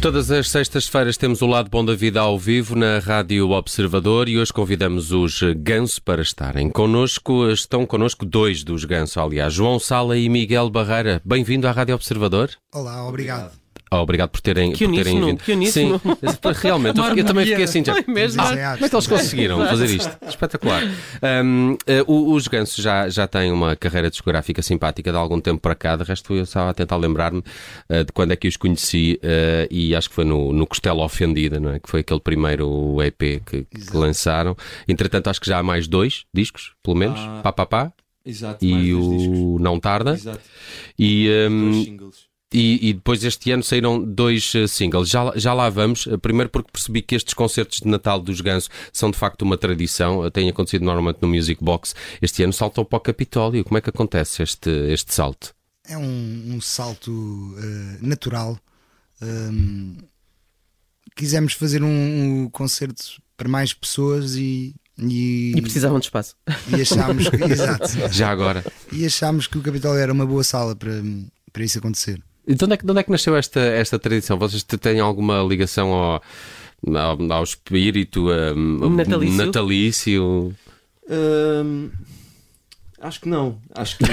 Todas as sextas-feiras temos o Lado Bom da Vida ao vivo na Rádio Observador e hoje convidamos os Ganso para estarem connosco. Estão connosco dois dos Ganso, aliás, João Sala e Miguel Barreira. Bem-vindo à Rádio Observador. Olá, obrigado. Ah, obrigado por terem, Que por terem uníssono, vindo. que uníssono. Sim, realmente. Eu, eu também fiquei assim. Já. Não é mesmo? Ah, Dizem como é que eles conseguiram fazer isto? Espetacular. Hum, eh, o- os Gansos já, já têm uma carreira discográfica simpática de algum tempo para cá. De resto, eu estava a tentar lembrar-me eh, de quando é que os conheci eh, e acho que foi no, no Costela Ofendida, não é? que foi aquele primeiro EP que, que lançaram. Entretanto, acho que já há mais dois discos, pelo menos. Ah. Pá, pá, pá. Exato, mais E dois discos. o Não Tarda. Exato, E, hum, dois singles. e, e depois este ano saíram dois eh, singles. Já, lá- já lá vamos. Eh, Primeiro porque percebi que estes concertos de Natal dos Ganso são de facto uma tradição. Eh, Tem acontecido normalmente no Music Box. Este ano saltam para o Capitólio. Como é que acontece este, este salto? É um, um salto eh, natural. Hum, quisemos fazer um, um concerto para mais pessoas e, e, E precisavam de espaço. e achámos que, exato, Já agora. e achámos que o Capitólio era uma boa sala para, para isso acontecer. E De onde é que, de onde é que nasceu esta, esta tradição? Vocês te- têm alguma ligação ao, ao, ao espírito hum, Natalício? natalício? Hum, acho que não. Acho que,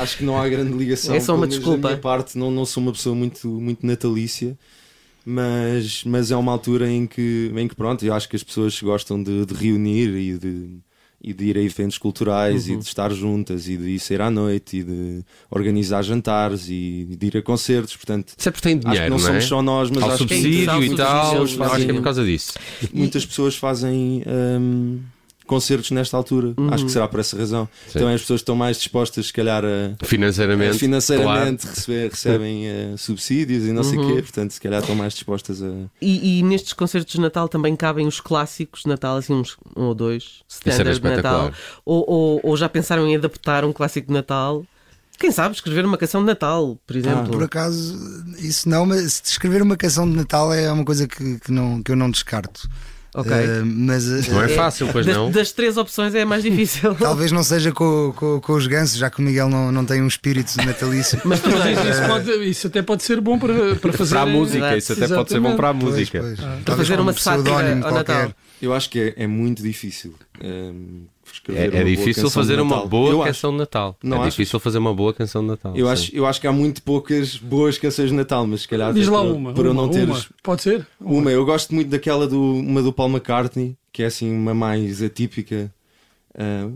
acho que não há grande ligação. É só uma pelo menos desculpa. Da minha parte, não, não sou uma pessoa muito, muito natalícia. Mas, mas é uma altura em que, em que, pronto, eu acho que as pessoas gostam de, de reunir e de, e de ir a eventos culturais Uhum. e de estar juntas e de sair à noite e de organizar jantares e de ir a concertos. Portanto, Sempre tem acho que dinheiro, não, não, é? somos só nós, mas Ao acho que subsídio Sim, e tal. subsídios, Acho que é fazem- por causa disso. muitas pessoas fazem hum, concertos nesta altura. Uhum. Acho que será por essa razão. Sim. Também as pessoas estão mais dispostas, se calhar, a. Financeiramente. a É financeiramente receber- recebem eh, subsídios e não sei Uhum. o quê, portanto, se calhar estão mais dispostas a. E, e nestes concertos de Natal também cabem os clássicos de Natal, assim uns um ou dois, era standards de Natal. Ou, ou- ou já pensaram em adaptar um clássico de Natal? Quem sabe escrever uma canção de Natal, por exemplo. Por acaso, isso não, mas escrever uma canção de Natal é uma coisa que, que não, que eu não descarto. Ok. Eh, mas eh, Não é fácil, pois das, não. das três opções é a mais difícil. talvez não seja com, com, com os gansos, já que o Miguel não, não tem um espírito natalício. Mas tu Mas tens isso, pode- isso até pode ser bom para, para fazer para a música, Exato. isso até pode ser bom para a música. Pois, pois. para Ah. fazer com uma um pseudónimo sátira ao Natal. qualquer. Eu acho que é, é muito difícil. hum, escrever É, uma é boa difícil canção fazer de uma Natal. boa eu acho. canção de Natal. Não é achas? difícil fazer uma boa canção de Natal. Eu sim. acho, eu acho que há muito poucas boas canções de Natal, mas se calhar Diz até lá por- uma. por eu uma, não ter uma. Pode ser? Uma, eu gosto muito daquela do, uma do Paul McCartney, que é assim uma mais atípica. Ah,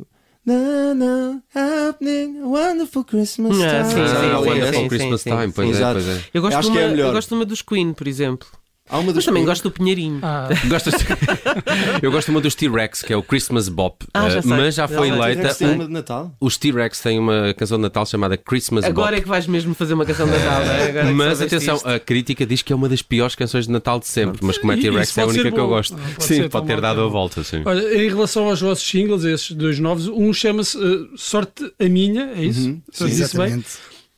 na, na, happening, wonderful Christmas time. Ah, Ah, sim, sim, sim, é Wonderful sim, Christmas sim, Time, sim. pois é, Exato. pois é. Eu gosto, Acho de uma, que é a melhor. eu gosto de uma dos Queen, por exemplo. Há uma Mas dos também Queen. gosto do Pinheirinho. Ah, Gostas de- eu gosto muito dos T-Rex, que é o Christmas Bop, Ah, já eh, sei. mas já Já foi sei. Tem eleita. que ser uma de Natal. Os T-Rex têm uma canção de Natal chamada Christmas Agora é Bop. que vais mesmo fazer uma canção de Natal, não é? Agora é que Mas soubeste atenção, isto. a crítica diz que é uma das piores canções de Natal de sempre, mas como é E- T-Rex isso é a pode única ser que eu bom. gosto. Não, pode sim, ser pode tão ter bom, dado tão a bom. volta, sim. Olha, em relação aos vossos singles, esses dois novos, um chama-se eh, Sorte a Minha, é isso? Uhum, Eu disse bem? Exatamente.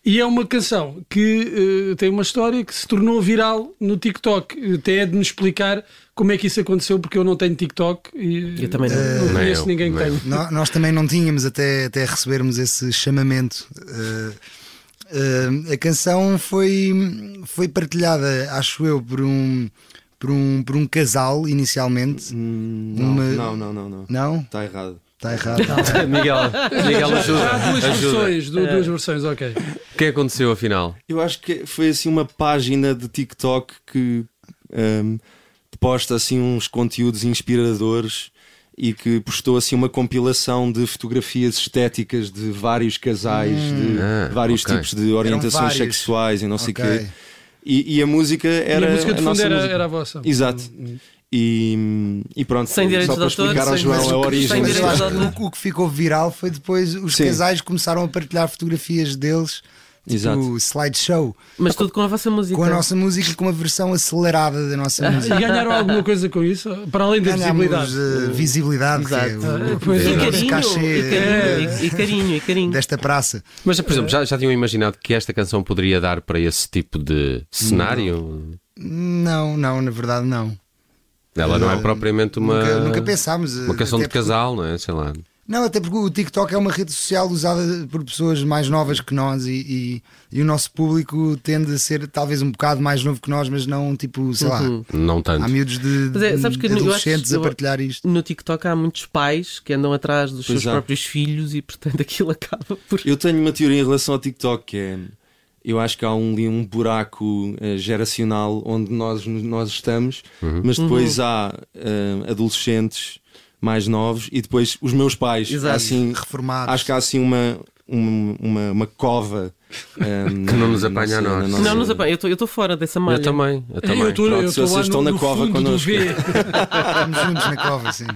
E é uma canção que eh, tem uma história que se tornou viral no TikTok. Até é de me explicar como é que isso aconteceu, porque eu não tenho TikTok e Eu também não. não Nem conheço eu, ninguém que nem tenha. Nó- Nós também não tínhamos até, até recebermos esse chamamento. Eh, eh, a canção foi, foi partilhada, acho eu, por um, por um, por um casal inicialmente. Hum, não, Uma- não, não, não, não. Não? Está errado. Está errado. Miguel, Miguel Há duas ajuda. ajuda. versões, du- É. duas versões, ok. O que é que aconteceu afinal? Eu acho que foi assim uma página de TikTok que hum, posta assim uns conteúdos inspiradores e que postou assim uma compilação de fotografias estéticas de vários casais, Hum. de Ah, vários ok. tipos de orientações vários. sexuais e não sei o Ok. quê. E, e a música era e a música de fundo nossa era, música. era a Hum. vossa. Exato. E, hum, e pronto, Sem direitos só de para autor, explicar ao sem- João mas a o que- origem mas eu disto. direitos acho de que o, o que ficou viral foi depois os Sim. casais começaram a partilhar fotografias deles, tipo Exato. slideshow, Mas tudo com a vossa música. com a nossa música, com uma versão acelerada da Ah, nossa E música. ganharam alguma coisa com isso? Para além da Ganhámos visibilidade. eh, visibilidade, que é Exato. o- Ah, pois o E é. carinho, cachê e carinho, e- e carinho, e carinho. desta praça. Mas, por exemplo, já, já tinham imaginado que esta canção poderia dar para esse tipo de cenário? Não, não, na verdade não. Ela não é Não, propriamente uma, Nunca, nunca pensámos. eh, uma canção até de porque casal, não é? Sei lá. Não, até porque o TikTok é uma rede social usada por pessoas mais novas que nós e, e, e o nosso público tende a ser talvez um bocado mais novo que nós, mas não tipo, sei lá, Não tanto. há miúdos de, Uhum. Mas é, de- sabes que de eu acho- adolescentes eu- a partilhar isto. No TikTok há muitos pais que andam atrás dos Pois seus há. próprios filhos e, portanto, aquilo acaba por. Eu tenho uma teoria em relação ao TikTok que é. Eu acho que há um, ali um buraco eh, geracional onde nós, nós estamos, Uhum. mas depois Uhum. há eh, adolescentes mais novos e depois os meus pais. Exato. Assim, Reformados. acho que há assim uma, um- uma, uma cova eh, Que não nos na- apanha a na nós. nossa- Não, nos apanha. Eu estou fora dessa malha. Eu também, eu também. Eu estou Pronto, eu se tô vocês lá estão no, na no cova fundo do connosco. V. Estamos juntos na cova, sim.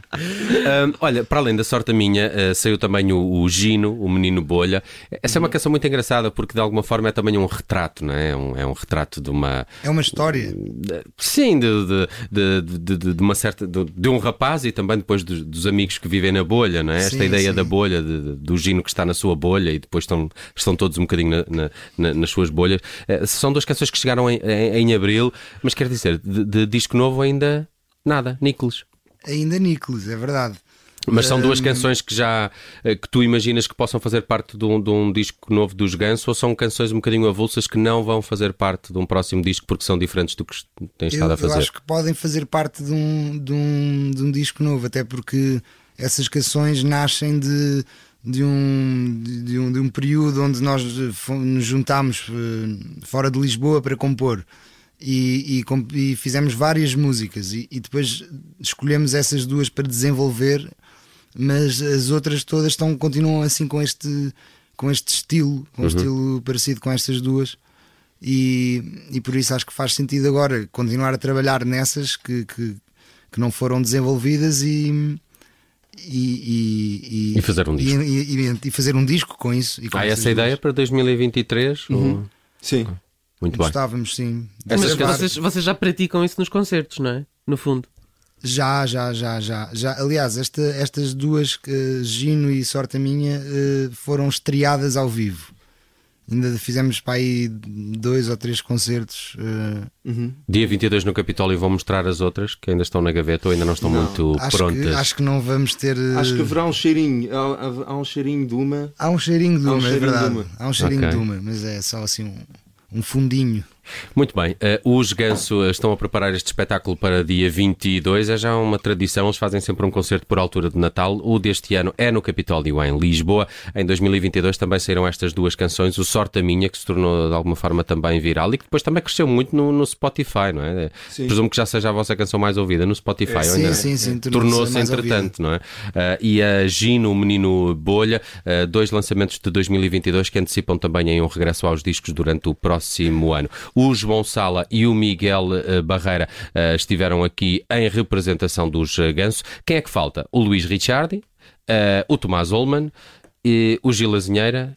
Ahm, olha, para além da sorte minha, eh, saiu também o, o Gino, o Menino Bolha. Essa é Uhum. uma canção muito engraçada porque de alguma forma é também um retrato, não é? É um, é um retrato de uma. É uma história. de- sim, de, de, de- de- de- de uma certa. De, de um rapaz e também depois dos, dos amigos que vivem na bolha, não é? Esta Sim, ideia sim. da bolha, de- de- do Gino que está na sua bolha e depois estão, estão todos um bocadinho na- na- na- nas suas bolhas. Eh, são duas canções que chegaram em, em- em abril, mas quer dizer, de, de disco novo ainda nada, Nicolas. Ainda Nicolas, é verdade. Mas são Hum. duas canções que já eh, que tu imaginas que possam fazer parte de um, de um disco novo dos Ganso ou são canções um bocadinho avulsas que não vão fazer parte de um próximo disco porque são diferentes do que est- tens Eu, estado a eu fazer? acho que podem fazer parte de um, de, um, de um disco novo, até porque essas canções nascem de, de, um, de, de um, de um período onde nós eh, fo- nos juntámos eh, fora de Lisboa para compor. E, e com- e fizemos várias músicas e, e depois escolhemos essas duas para desenvolver, mas as outras todas estão, continuam assim com este, com este estilo, com um Uhum. estilo parecido com estas duas e, e por isso acho que faz sentido agora continuar a trabalhar nessas que, que, que não foram desenvolvidas e e, E fazer um disco. e, e- e fazer um disco com isso e com Há essas essa duas. ideia para 2023? Uhum. Ou- Sim. Ah. Muito bem. gostávamos sim de Essas Mas gravar. canções- vocês, vocês já praticam isso nos concertos, não é? No fundo. já já já já já aliás esta, estas duas que Gino e Sorte a minha eh, foram estreadas ao vivo ainda fizemos para aí dois ou três concertos eh, Dia 22 no Capitólio vão mostrar as outras que ainda estão na gaveta ou ainda não estão muito acho prontas. que acho que não vamos ter eh, Acho que haverá um cheirinho. Há, há- há um cheirinho de uma. Há um cheirinho de Há um uma, é cheirinho de verdade. uma. Há um cheirinho Ok. de uma, mas é só assim um, um fundinho. Muito bem, eh, os Ganso eh, estão a preparar este espetáculo para dia 22, é já uma tradição, eles fazem sempre um concerto por altura de Natal, o deste ano é no Capitólio, em Lisboa. Em 2022 também saíram estas duas canções, o Sorte a Minha, que se tornou de alguma forma também viral e que depois também cresceu muito no, no Spotify, não é? Presumo que já seja a vossa canção mais ouvida no Spotify. ou É, sim, ainda- sim, sim, tornou-se Tornou-se mais ouvida. entretanto importante, não é? Ah, e a Gino, o Menino Bolha, ah, dois lançamentos de 2022 que antecipam também em um regresso aos discos durante o próximo ano. O João Sala e o Miguel ah, Barreira ah, estiveram aqui em representação dos ah, Ganso. Quem é que falta? O Luís Ricciardi, ah, o Tomás Olman, e o Gil Azinheira.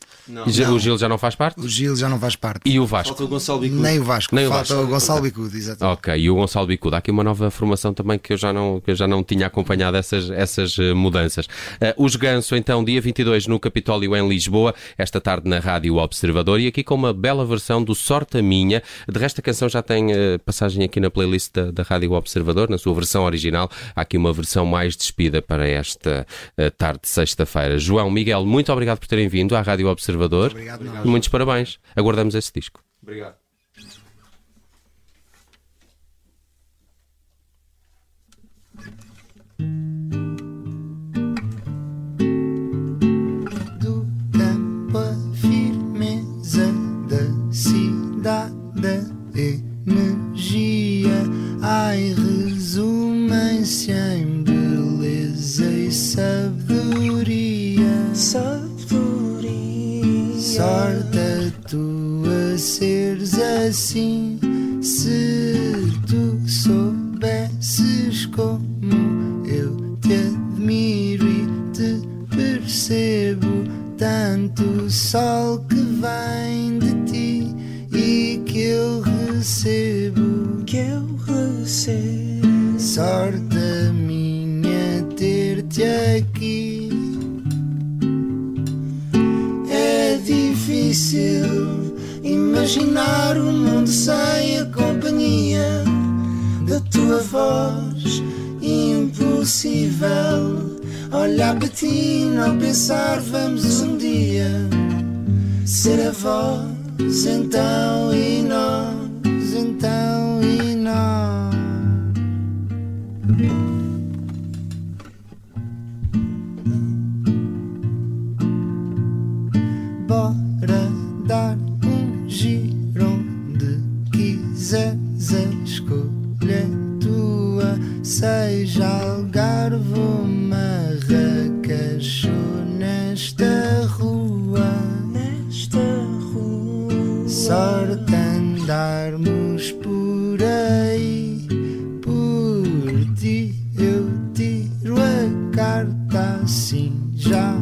Já- O Gil já não faz parte? O Gil já não faz parte. E o Vasco? Falta o Gonçalo Bicudo. Nem o Vasco, Nem o falta o Gonçalo Bicudo, exatamente. Ok, e o Gonçalo Bicudo. Há aqui uma nova formação também que eu já não, que eu já não tinha acompanhado essas, essas eh, mudanças. Eh, os Ganso, então, dia 22 no Capitólio em Lisboa, esta tarde na Rádio Observador e aqui com uma bela versão do Sorte a Minha. De resto, a canção já tem eh, passagem aqui na playlist da, da Rádio Observador, na sua versão original. Há aqui uma versão mais despida para esta eh, tarde de sexta-feira. João, Miguel, muito obrigado por terem vindo à Rádio Observador. Obrigado, Muitos parabéns. Aguardamos esse disco. Obrigado. do campo a firmeza da cidade, a energia. Ai, resumem-se em beleza e sabedoria. Sabedoria. Sorte a tu a seres assim. Se tu soubesses como eu te admiro e te percebo tanto sol que vem de ti e que eu recebo, que eu recebo. Sorte a minha ter-te aqui. É difícil imaginar o mundo sem a companhia da tua voz. Impossível Olhar para ti, não pensar, vamos um dia ser avós, então e nós, então e nós. Bora dar um giro onde quiseres a escolha é tua, seja Algarve ou Marrakech ou nesta rua. Nesta rua, sorte andarmos por aí, por ti eu tiro a carta assim já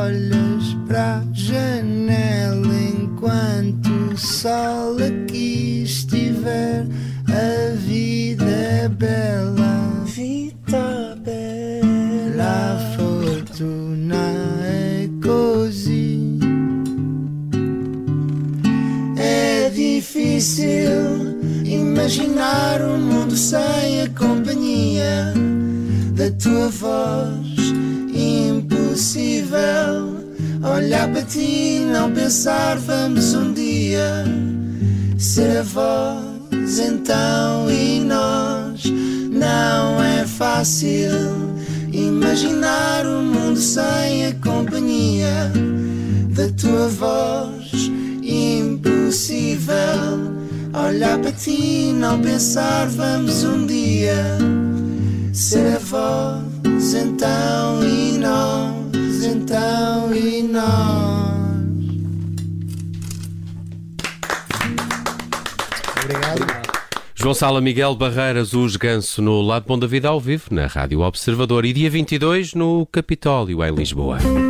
olhas para a janela enquanto o sol aqui estiver a vida é bela vida bela a fortuna é così é difícil imaginar um mundo sem a companhia da tua voz. Impossível olhar para ti, não pensar, vamos um dia ser avós, então e nós. Não é fácil imaginar um mundo sem a companhia da tua voz impossível olhar para ti não pensar vamos um dia ser avós então e nós então e nós João Sala, Miguel Barreiras, os Ganso no Lado Bom da Vida ao vivo, na Rádio Observador. E dia 22 no Capitólio, em Lisboa.